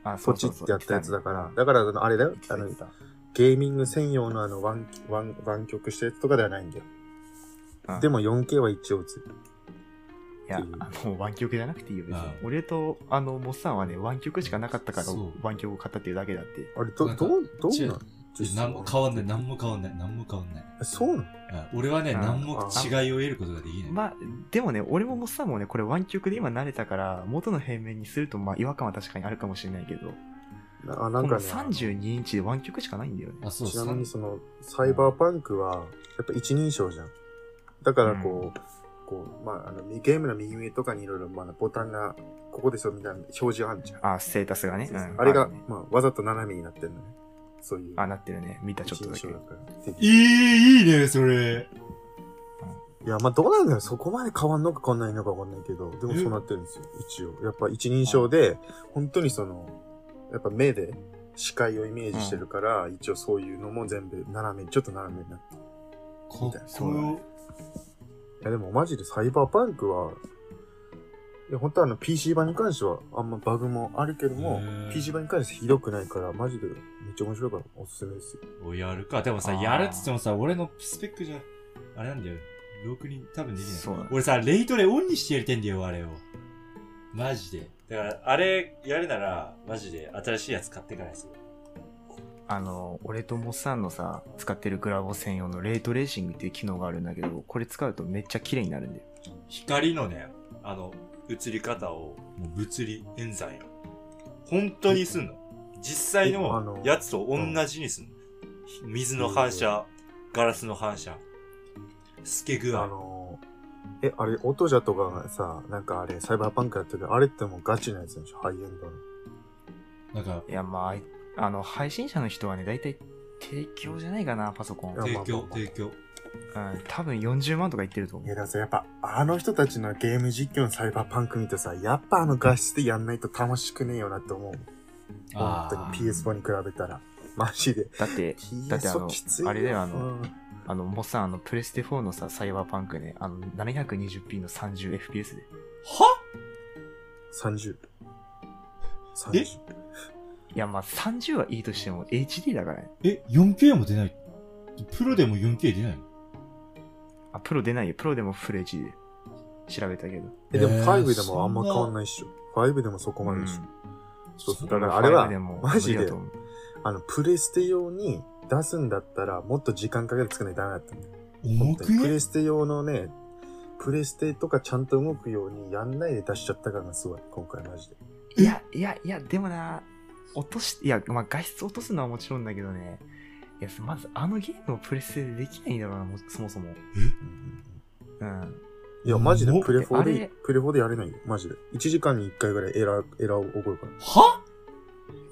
C: たあ、
A: ポチってやったやつだから、だ
C: か
A: から、あのあれだよ、あ
C: 言
A: の
C: って、た
A: ゲーミング専用のあの、ワン、ワン、ワン曲したやつとかではないんだよ。
C: うん
A: でも 4K は一応映る。
C: いや、あの、湾曲じゃなくていいよ、別に
B: あ。
C: 俺と、あの、モッサンはね、湾曲しかなかったから
B: そう、
C: 湾曲を買ったっていうだけだって。
A: あれ、ど、
B: なんか
A: どう、どう
B: 違
A: な
B: う
A: の
B: えなんも変わんない、なんも変わんない、なんも変わんない。
A: えそうなの
B: あ俺はね、
C: うん
B: なんも違いを得ることができない。
C: まあ、でもね、俺もモッサンもね、これ湾曲で今慣れたから、元の平面にすると、まあ、違和感は確かにあるかもしれないけど、
A: なあ、な
C: こ
A: んか
C: の
A: ね。
C: 32インチで湾曲しかないんだよね。
B: あ、そう
A: ちなみに
B: さ
A: その、サイバーパンクは、やっぱ一人称じゃん。だからこう、こう、まあ、あの、ゲームの右上とかにいろいろ、まあ、ボタンが、ここですよみたいな表示あるじゃん。
C: あ、ステータスがね。うん
A: あれが、
C: るね
A: まあ、わざと斜めになってるのね。そういう。
C: あ、なってるね。見た、ちょっ
A: 一
C: と
A: 人
C: だけ
A: 称。だから。
B: い
A: い
B: い、いいね、それ。
A: や、まあ、どうなんだよ。そこまで変わんのか変わんないのかわかんないけど、でもそうなってるんですよ、一応。やっぱ一人称で、本当にその、やっぱ目で視界をイメージしてるから、一応そういうのも全部斜め、ちょっと斜めになってる
B: かっ
C: そう
B: こよ
C: だね。
A: いやでもマジでサイバーパンクは、いや本当はあの PC 版に関してはあんまバグもあるけども
B: へー、
A: PC 版に関してひどくないから、マジでめっちゃ面白いからおすすめですよ。
B: おやるか。でもさ、
C: あー
B: やるっつってもさ、俺のスペックじゃ、あれなんだよ。ろくに多分でき
C: そ
B: な
C: う
B: い
C: だね。
B: 俺さ、レイトレオンにしてやりてんだよ、あれを。マジで。だから、あれやるなら、マジで新しいやつ買ってからですよ。
C: あの、俺とモッサンのさ、使ってるグラボ専用のレートレーシングっていう機能があるんだけど、これ使うとめっちゃ綺麗になるんだよ。
B: 光のね、あの、映り方を、もう物理演算よ。本当にすんの。実際
A: えあの
B: のやつと同じにすんの。水の反射、ガラスの反射。透け具
A: あ
B: 合。
A: のー、え、あれ、オトジャとかがさ、なんかあれ、サイバーパンクやってるけど、あれってもうガチなやつなんでしょハイエンドの。
B: なんか、
C: いや、まああい、あの、配信者の人はね、だいたい提供じゃないかな、パソコン。
A: いや
C: うん、
B: 提
A: まあまあ
B: 供
A: ま、あ
B: 提供。
C: 多分40万とか言ってると思
A: いや、
C: う。
A: だからさ、やっぱ、あの人たちのゲーム実況のサイバーパンク見てさ、やっぱあの画質でやんないと楽しくねえよなって思う。本当に
B: あー
A: PS4 に比べたら。マジで。
C: だって、だってあ
A: PS4
C: の
A: きついよ。
C: あれだよあの
A: うん
C: あの、モッサン、あの、プレステ4のさ、サイバーパンクね、あの、720p の 30fps で。
B: は
A: 30。
B: え
A: 30
C: いや、まあ、30はいいとしても HD だからね。
B: え、4K も出ないプロでも 4K 出ないの
C: あ、あ、プロ出ないよ。プロでもフル HD で調べたけど。
A: え、でも
B: えー
A: 5でもあんま変わ
B: そん
A: ん
B: な
A: ないっしょ。5でもそこまででしょ。そうそう。だからあ
C: フ
A: れ
C: ァイブ
A: は
C: でも、
A: マジ
C: 無理
A: で
C: だと、思う
A: あの、プレステ用に出すんだったら、もっと時間かけて作らないとダメだったんだよ
B: 重く
A: プ
B: ね
A: レステ用のね、プレステとかちゃんと動くようにやんないで出しちゃった感がすごい、今回マジで。
C: いや、いや、いや、でもな、落とし、いや、まあ、画質落とすのはもちろんだけどね、いや、まずあのゲームをプレステでできないんだろうな、もうそもそも。
A: うん
C: うん。
A: いや、マジで
B: うん
A: プレフォー
C: あれ
A: で、プレフォーでやれないよ、マジで。1時間に1回ぐらいエラー、エラーを起こるから。
B: は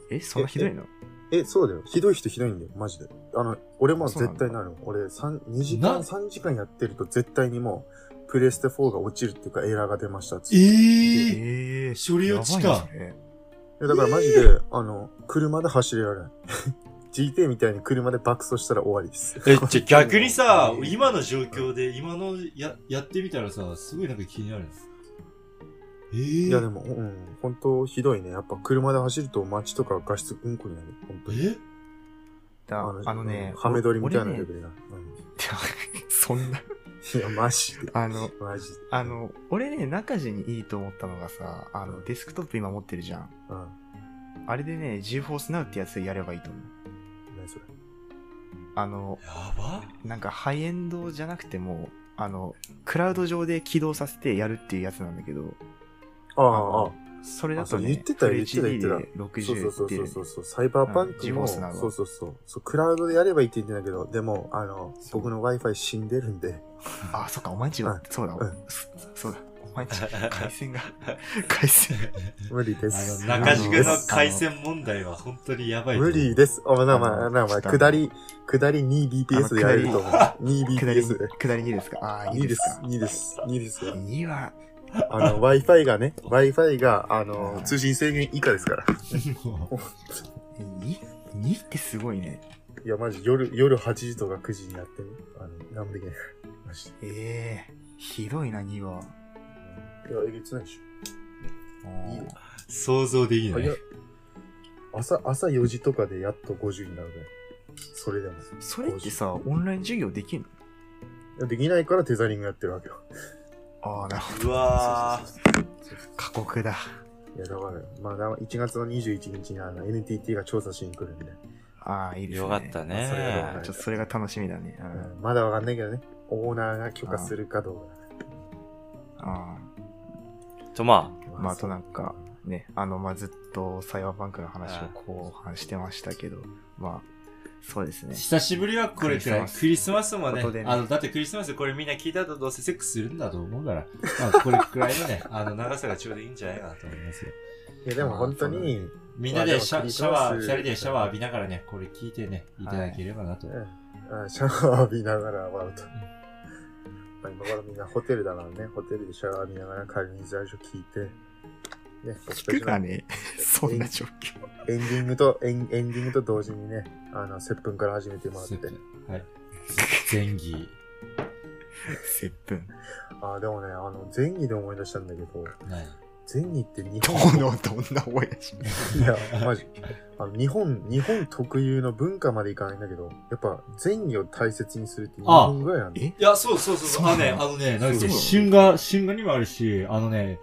C: え、そんなひどいの
A: え、そうだよ。ひどい人ひどいんだよ、マジで。あの、俺も
C: そうなん
A: 絶
C: だ
A: 対なるの。俺、三2時間、
B: な
A: 3時間やってると絶対にもう、プレステ4が落ちるっていうか、エラーが出ましたっつって。
B: ええ
C: ええー。
B: 処理落ちか
C: やばいなそれ
A: いやだからマジで、あの、車で走れられない。GT みたいに車で爆走したら終わりです。
D: え、じゃあ逆にさ
B: え、ー
D: 今の状況で、今のややってみたらさ、すごいなんか気になるんです。ええ
A: いや、でも、うん、本当ひどいね。やっぱ車で走ると街とか画質うんこになる。本当に。
B: え
C: だあのね、
A: うんハメ撮りみたいな
C: 俺
A: レ
C: ね
A: ベルだ。
C: そんな、
A: うん。いや、マジで。
C: あの、
A: マジで。
C: あの、俺ね、中地にいいと思ったのがさ、あの、デスクトップ今持ってるじゃん。
A: うん。
C: あれでね、GForce Now ってやつでやればいいと思う。
A: 何それ
C: あの、
D: やば
C: なんかハイエンドじゃなくても、あの、クラウド上で起動させてやるっていうやつなんだけど、
A: あ
C: あ
A: あ、あ
C: のそれだと
A: あそ
C: ね、
A: う言ってたよ言ってた
C: Full
A: 言ってた
C: HD で
A: あ。そうそうそ
C: 60
A: う
C: 出
A: そう
C: る
A: そうそう。サイバーパンク
C: うん
A: も、
C: ジモスなの
A: そうそうそうそう。クラウドでやればいいって言ってんだけど、でも、あの、
C: そう
A: 僕の Wi-Fi 死んでるんで、
C: あ、そっか、お前んちは、
A: うん
C: そうだ、
A: うん
C: そそうだ、お前ん ち、回線が、回線
A: 無理で
B: あ
A: す。
B: の
D: 中地
B: 地
D: 区
A: 無理
D: の
A: です
D: 回線問題は本当にやばいと思
A: 無
D: う。
A: 理です。お前、なお前、
C: あの
A: なお前、
C: 下の
A: 下り、下り 2BPS でやれると思う。
C: 下り、
A: 2BPS で。
C: 下り2ですかああ、い
A: 2
C: いで
A: ですす
C: か。。
A: 2です。2ですよ。
C: 2は、
A: あの、Wi-Fi がね、Wi-Fi が、あの、通信制限以下ですから。
C: 2、2ってすごいね。
A: いや、マジ、夜、夜8時とか9時にやってね。あの、なんもできない。マジで。
C: ええひどいな、2は。
A: いや、えげつないでしょ。いいよ。
D: 想像できない。
A: 早っ朝、朝4時とかでやっと50になるね。それでも。
C: それってさ、オンライン授業できんの
A: いやできないからテザリングやってるわけよ。
C: ああ、なるほ
D: うわー
C: ど。過酷だ。
A: いや、だから、まあ、1月の21日にあの NTT が調査しに来るんで、
C: ああ、いいですね。
D: よかった
A: それが
D: ね
A: ね。
C: ちょっとそれが楽しみだね。う。
A: うんんまだわかんないけどね。オーナーが許可するかどうか
C: あ
D: と、まあ、
A: だね。
C: まああとなんか、あ、ね。あの、まあ、ずっとサイバーバンクの話を後半してましたけど、まあ、そうですね。
B: 久しぶりはこれくらいク
C: ク
B: リスマスもね
C: 後でね
B: あのだってクリスマスこれみんな聞いた後どうせセックスするんだと思うから、 まあ、これくらいのねあの長さがちょうどいいんじゃないかなと思いますよ
A: いや、でも本当に、
B: みんな
A: まあで
B: で
A: も
B: シャ
A: クリ
B: シ
A: スマ
B: ャワ
A: ス
B: ー二人でシャワー浴びながらねこれ聞いてねいただければなと、
A: はいあシャワー浴びながら笑うと。まあ今頃みんなホテルだからね、ホテルでシャワー浴びながら仮に在所聞いて、ね、僕た
C: 聞
A: ち
C: く
A: の
C: かね そんな状況。
A: エンディングとエン、エンディングと同時にね、あの、接吻から始めてもらって。
B: はい前儀
C: 接吻。
A: ああ、でもね、あの、前儀で思い出したんだけど、
B: ない
A: 前儀って日
C: ど
A: 本、
C: の、どんな思い出し
A: いや、マジ。あの、日本、日本特有の文化までいかないんだけど、やっぱ前儀を大切にするって日本ぐらいなんだよ。
D: い
C: え
D: や、そうそうそうそう、
C: そ
D: あ
C: う
D: のね、
C: な
D: あ
C: の
D: のね、
C: そ
D: な
C: うんな
D: か
C: の
D: ね、
B: 春画、春画にもあるし、あのね、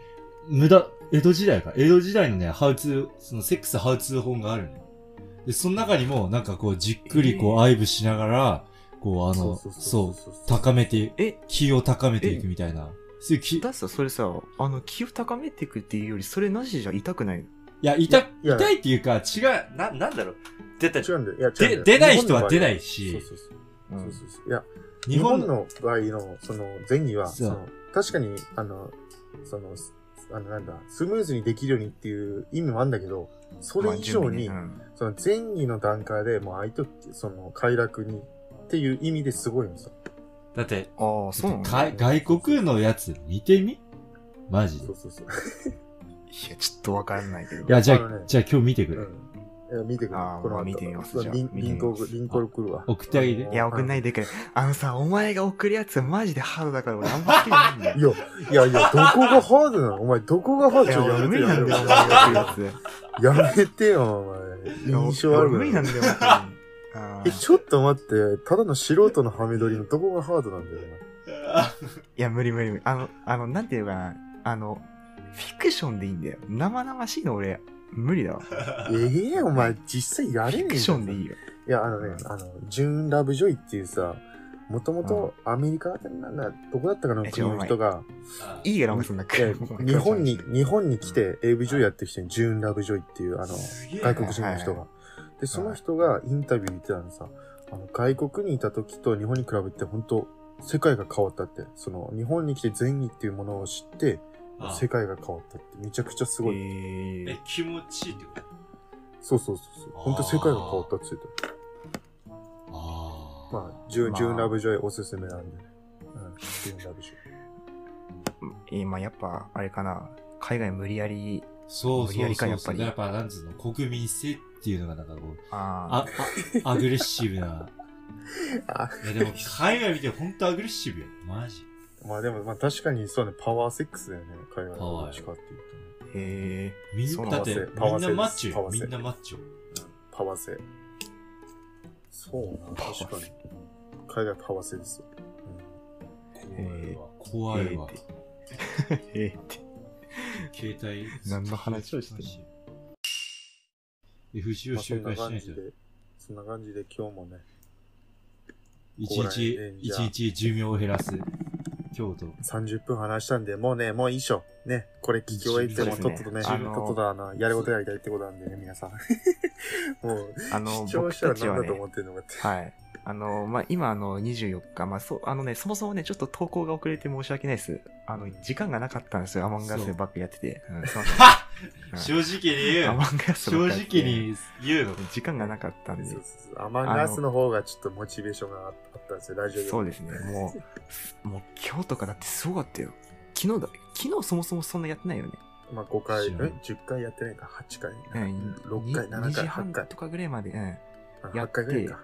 B: 無駄、江戸時代か。江戸時代のね、ハウツー、そのセックスハウツー本があるのよで、その中にも、なんかこう、じっくりこう、愛撫しながら、こう、あの、そう、
A: う
B: 高めて、
C: え、
B: 気を高めていくみたいな。そういう気、い
C: だってさ、それさ、あの、気を高めていくっていうより、それなしじゃ痛くない
B: や、痛い、
A: いや
B: 痛いっていうか、違う。
D: な、なんだろう。出た、
A: 違うんだよ。いや、違
B: で
A: うんだよ
B: 出ない人は出ないし
A: そうそうそう。
C: う。
A: そうんそうそういや、
B: 日
A: 日
B: 本
A: 本
B: の、
A: の場合の、その、前儀は、
B: そ
A: そうの、確かに、あの、その、すあの、なんだ、スムーズにできるようにっていう意味もあるんだけど、それ以上に、
C: まあ準備ね
A: その前儀の段階でもう相手をその快楽にっていう意味ですごいんですよ。
D: だって、
C: うんああ、そうなんだ。
B: か外国のやつ見てみマジで。い
A: そうそうそう。
C: いや、ちょっとわからないけど。
B: や、じゃ
A: あの
B: あ
A: ね、
B: じゃあ今日見てく
A: う
B: れ。
A: ん。いや見てくれ。
C: あー
A: この
C: まあ
A: 後
C: 見てみます
A: まあ
C: じゃあ
A: リン
C: 見
A: リ
C: て
A: ン
C: み
A: コ
C: ます
A: リンコル来るわ。
B: 送ってあげて
C: い。や、送んないでくれ。あのさ、お前が送るやつはマジでハードだから俺あんま好きじゃないんだよ
A: い。や、いやいや、どこがハードなのお前、どこがハード
C: い
A: ちょ
C: や、
A: っと
C: 俺
A: や
C: 無
A: めて
C: 理
A: よ
C: なんだよ、お前が送るや
A: やめてよ、お
C: つ。いや
A: 前。印象悪
C: 俺
A: く
C: 無理
A: な
C: ないんだよ、本当にあ
A: え、
C: ー
A: ちょっと待って、ただの素人のハメ撮りのどこがハードなんだよ、お
C: いや、無理無理無理。あの、あの、なんていうかな。あの、フィクションでいいんだよ。生々しいの俺、無理だわ。フ
A: ええお前、実際やれねえ
C: ィクションでいいよ。
A: いや、あのね、あの、ジューン・ラブ・ジョイっていうさ、もともとアメリカだったりなんだ、どこだったかの
C: え
A: 国の人が、
C: いいから、お前そんな。
A: い や日本に、日本に来て AV 女優やってる人にジューン・ラブ・ジョイっていう、あの、
D: すげえ
A: 外国人の人が。で、その人がインタビューに行ってたのさ、あの、外国にいた時と日本に比べて本当世界が変わったって、その、日本に来て善意っていうものを知って、
D: あ
A: 世界が変わったって、めちゃくちゃすごい。
C: え
D: え
C: ー
D: 気持ちいいってこと
A: そうそうそうそう。本当世界が変わったって言ってた。
B: ああ。
A: まあ、ジューン、
C: まあ
A: ジューン・ラブ・ジョイおすすめなんで。うん、ジューン・ラブ・ジョイ。
C: 今やっぱ、あれかな。海外無理やり、
B: そう
C: 無理や
B: そう
C: りか
B: そ
C: や
B: う
C: っ
B: そ
C: ぱ
B: う。
C: り
B: やっぱ、なんつうの、国民性っていうのがなんかこう、
C: あ
B: あ、あアグレッシブな。
A: あ
B: いやでも、海外見てほんとアグレッシブよ。マジ。
A: まあでも、まあ確かにそうね、パワーセックスだよね、海外
B: パ
A: の
B: ワーよ
A: 地下っていうとね。
C: あ、へえ。
B: み
C: そうんな
B: だ
C: ん
B: っ
C: で
B: て
A: す、
B: みんなマッチョ
A: パ
B: よ。
A: ワセ
B: みんなマッチョ。
A: パワー制。そうな、確かに。海外パワー制ですよ。
B: 怖いわ。怖いわ。
C: えーって。
B: 携帯。
C: 何の話をしてんの
B: え、藤井
A: ま
B: を
A: あそ
B: 周
A: んな
B: 回しな
A: 感
B: い
A: じ
B: と。
A: で、そんな感じで今日もね、
B: 一日、一日寿命を減らす。京 都。
A: 30分話したんで、もうね、もういいっしょ。ね、これ聞き終えても
C: そう
A: と
C: で
A: っ
C: す
A: と
C: ね
A: とね、
C: あの
A: とっととあの、やることやりたいってことなんでね、 皆さん。もう、
C: あの、
A: 視聴
C: 僕
A: したら
C: たち
A: 何
C: は
A: だと
C: ね
A: 思、ってるのかって。
C: はい。あの、まあ、今、あの、24日、まあ、そう、あのね、そもそもね、ちょっと投稿が遅れて申し訳ないです。あの、時間がなかったんですよ。アマンガスばっかりやって て。うん、すいません
B: 正直に
C: ア
B: 言う
C: マンガス
B: 正
C: ばっかりやってて
B: 直。に言うの。
C: 時間がなかったんで
A: そう。そうそうアマンガスの方がちょっとモチベーションがあったんですよ、ラジオでも。
C: そうですね。もう、もう今日とかだってすごかったよ。昨日だ、昨日そもそもそんなやってないよね。
A: まあ5回、
B: 知らん
A: ん ?10 回やってないか、8回、
C: うん。
A: 6回、
C: 2
A: 7
C: 時
A: 回、
C: 半
A: 8回
C: と。かぐらいまで。うや
A: やっ
C: っ
A: て回ぐらいか。
C: ん。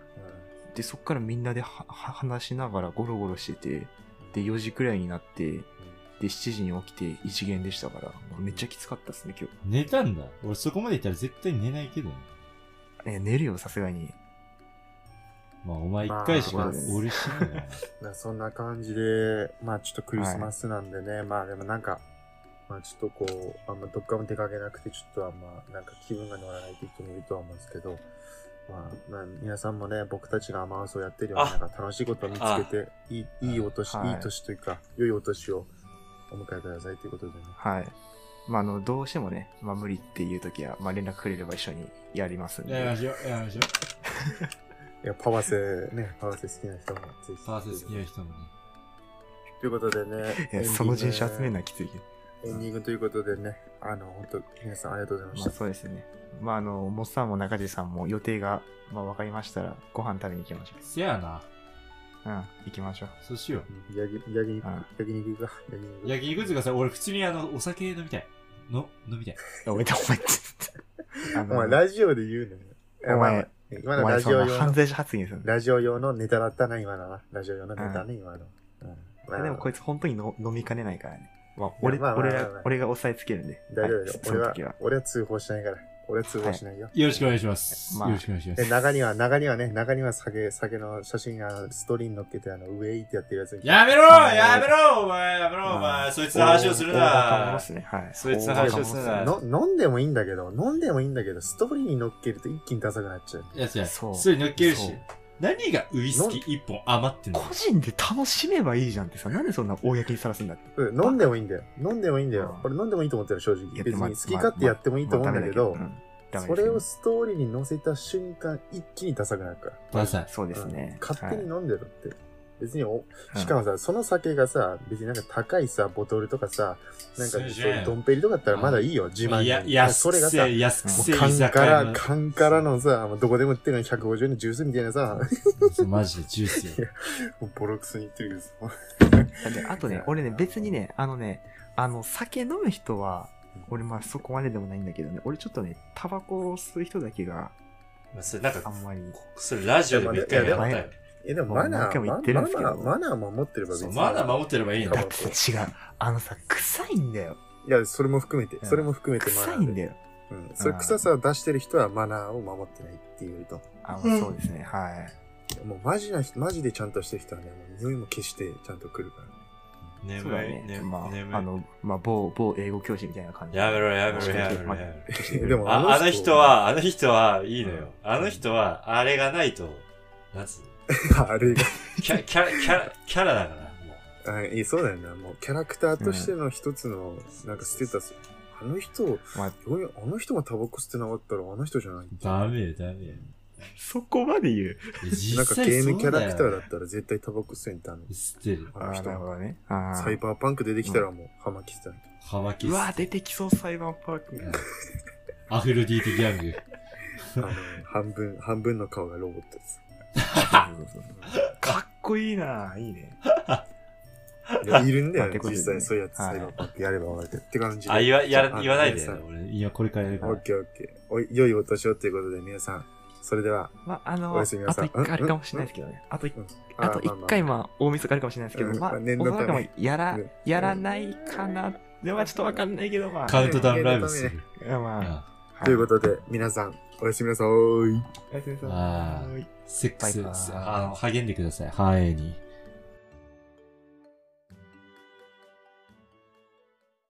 C: で、そっからみんなではは話しながらゴロゴロしてて、で、4時くらいになって、で、7時に起きて一元でしたから、めっちゃきつかったですね、今日。
B: 寝たんだ。俺そこまで言ったら絶対寝ないけどね。
C: え寝るよ、さすがに。
B: まあお前一回し
A: ま
B: か
A: あ
B: 俺死ぬな。
A: うんそんな感じで、まあちょっとクリスマスなんでね、まあでもなんか、まあちょっとこう、あんまどっかも出かけなくて、ちょっとあんまなんか気分が乗らないっていう人もいるとは思うんですけど、まあ、まあ皆さんもね、僕たちがアマウスをやってるような
D: あ
A: なんか楽しいことを見つけて、いいいいお年、
C: はい
A: いい年というか、良いお年をお迎えくださいということでね。
C: はい。まあ、あの、どうしてもね、まあ、無理っていう時は、まあ、連絡くれれば一緒にやりますん
B: やりま
C: で。
B: しょう、やりましょう。
A: いや、パワセね、パワセ好きな人もぜひ。
B: パーセ好きな人もね。
A: ということでね
C: い、や、
A: エンディング
C: その人種集めるのはきついけど。
A: エンディングということでね、あの、本当皆さんありがとうございまし
C: まあ、
A: た。
C: そうですね。まあ、あの、モッさんも中地さんも予定が、まあ、分かりましたら、ご飯食べに行きましょ
B: せやな。
C: う。うん、行きましょう。
B: そうしよ
A: 焼き、焼き肉、
C: うん
A: 焼き肉行くか。焼き
B: う。
A: 肉。
B: 焼肉とかさ、俺普通にあの、お酒飲みたい。の、飲みたい。
C: お前、お前、ちょっと あ
A: お
C: の
A: 前、ラジオで言うのよ。
C: お前、
A: え、
C: お
A: まあ今の
C: 前、
A: ラジオ
C: そんな
A: 用
C: 犯
A: の、
C: 罪者発言するの。
A: ラジオ用のネタだったな、今のな。ラジオ用のネタね、今の。うんまあ
C: でも、こいつ本当にの飲みかねないからね。まあ、俺、
A: いやまあまあ
C: 俺
A: まあ
C: ら
A: まあ、
C: 俺が押さえつけるんで。
A: 大丈夫だ
C: はい
A: よ。
C: そ
A: 俺
C: の
A: は
C: 時は。、
A: 俺は通報しないから。俺は通報しないよ。
B: よろしくお願いします。
C: まあ
B: よろしくお願いしま
A: え、
B: す。
A: 中には、中にはね、中には酒、酒の写真がストーリーに乗っけて、あの、上いってやってるやつに。
B: やめろ
C: あの
B: やめろお前やめろお
C: あ
B: 前そいつの話をする
C: 大若者
B: な
C: っすね。はい。
D: そいつの話をするな
C: 大若者っ
A: の飲んでもいいんだけど、飲んでもいいんだけど、ストーリーに乗っけると一気にダサくなっちゃう。
B: やつや。
C: そ
B: そうれ乗っける
C: そ
B: し
C: う。
B: 何がウイスキー一本余ってんの
C: 個人で楽しめばいいじゃんってさ、なんでそんな公にさらすんだって。
A: うん飲んでもいいんだよ。飲んでもいいんだよ。
C: う
A: 俺飲んでもいいと思ってる、正
C: いや
A: 直。
C: で
A: 別
C: も
A: に
C: まあ
A: 好き勝手やってもいいと思うんだけど、
C: まあダメだけどうんダメ
A: そ
C: です
A: れ
C: よ
A: をストーリーに載せた瞬間、一気にダサくなるから。
B: ダサい。
C: そうですね。
A: うん勝手に飲んでるって。別にお、
C: はい
A: しかもさ、その酒がさ、別になんか高いさ、ボトルとかさ、なんか
B: そ
A: そうう
B: じゃん
A: いうドンペリとかだったらまだいいよ、自慢
B: い
A: に。
B: や、
A: いや
B: 安
A: そ
B: く
A: れが
B: せ
A: さ、
B: え、安くせえ、
A: 缶か
B: 居酒屋
A: ら、
B: の
A: 缶からのさ、もうどこでも売ってるの150のジュースみたいなさ、
B: そうマジでジュースよ。
A: もうボロクソに言ってるけどさ。
C: であとね、俺ね、別にね、あのね、あの、酒飲む人は、俺まあそこまででもないんだけどね、俺ちょっとね、タバコを吸う人だけが
D: まあそれなん
C: あ
D: か
C: んまり。
D: それラジオでも一回やったよ
A: え、でも
C: まあ
A: マナ
C: 何回
A: ー、
C: も言
A: マ
C: ってるんですけど
A: ナー、マナー守ってれば別
B: そう
A: に。
B: まだ守ってればいいの
C: だってさ、違う。あのさ、臭いんだよ。
A: いや、それも含めて
C: う、ん
A: それも含めてマナ
C: 臭
A: ー
C: い
A: で
C: んだよ。
A: うん。それ臭さを出してる人はマナーを守ってないっていうと。
C: あ、まあそうですね、はい。
A: もうマジな人、マジでちゃんとしてる人はね、もう匂いも消してちゃんと来るからね。
D: 眠
C: そうだ
D: い、
C: ね
D: ね。
C: ま
D: 眠い
C: あ、あの、まあ、某、某英語教師みたいな感じ。
D: やめろやめろ
C: もしか
D: や
C: し
D: め
C: て
D: ろ
C: まあ
D: やめろ
A: でも
D: あ、あの人、は、あの人は、いいの
B: う
D: よ
B: ん。
D: あの人は、あれがないと、なんつう
A: あれが、
D: のキャ、キャラ、キャラ、キャラだから、も
A: あいいそうだよな。もうキャラクターとしての一つの、なんかステータス。あの人、
C: まあ
A: よいあの人がタバコ吸ってなかったらあの人じゃない。
B: ダメよ、ダメよ。
C: そこまで言う。
B: 実
A: なんか
B: 際
A: ゲームキャラクターだ
B: だ
A: ったら絶対タバコ吸えんたの。
B: 知ってる。
A: あの
C: あー
A: 人
C: なるほどね。あ
A: サイ
C: ー
A: バーパンク出てきたらもう、ハマキさん。
B: ハマキ
C: うわ、出てきそう、裁判パーク。
B: アフロディーテギャング。
A: あの、半分、半分の顔がロボット です。
C: そうそうそうそうかっこいいな。いいね。
A: いやいる んだよ
C: まあっ
A: ね、
C: てこと
A: 実際
C: ですね
A: そういうやつ、
C: はい
A: サイバーパンクやればわかるって感じ
D: う。あ、言わ、やら、
A: あ
D: 言わないで。
A: 皆さん
B: 俺、いや、これからやるか
A: オ
B: ら
A: ッ。ケーオッケー。おい、良いお年をということで、皆さん、それでは、
C: まあ、あの、
A: お
C: あ
A: や
C: と
A: すみな
C: 一
A: さい
C: 回あるかもしれないですけどね。あと一
A: うん
C: あと一回、まあ、大晦日あるかもしれないですけ
A: うん
C: ど、まあ、
A: まあ
C: 大
A: 念
C: 晦
A: のため
C: 日もやら
A: うん、
C: やらないかな。ではちょっとわかんないけど、まあ、
B: カウントダウンライブする。
C: いやま
B: あ
C: あ、は
A: ということで、皆さん、おやすみなさい。
C: おやすみなさい
B: あーセックス
C: バイバ、イ
B: あの、励んでください。繁栄に。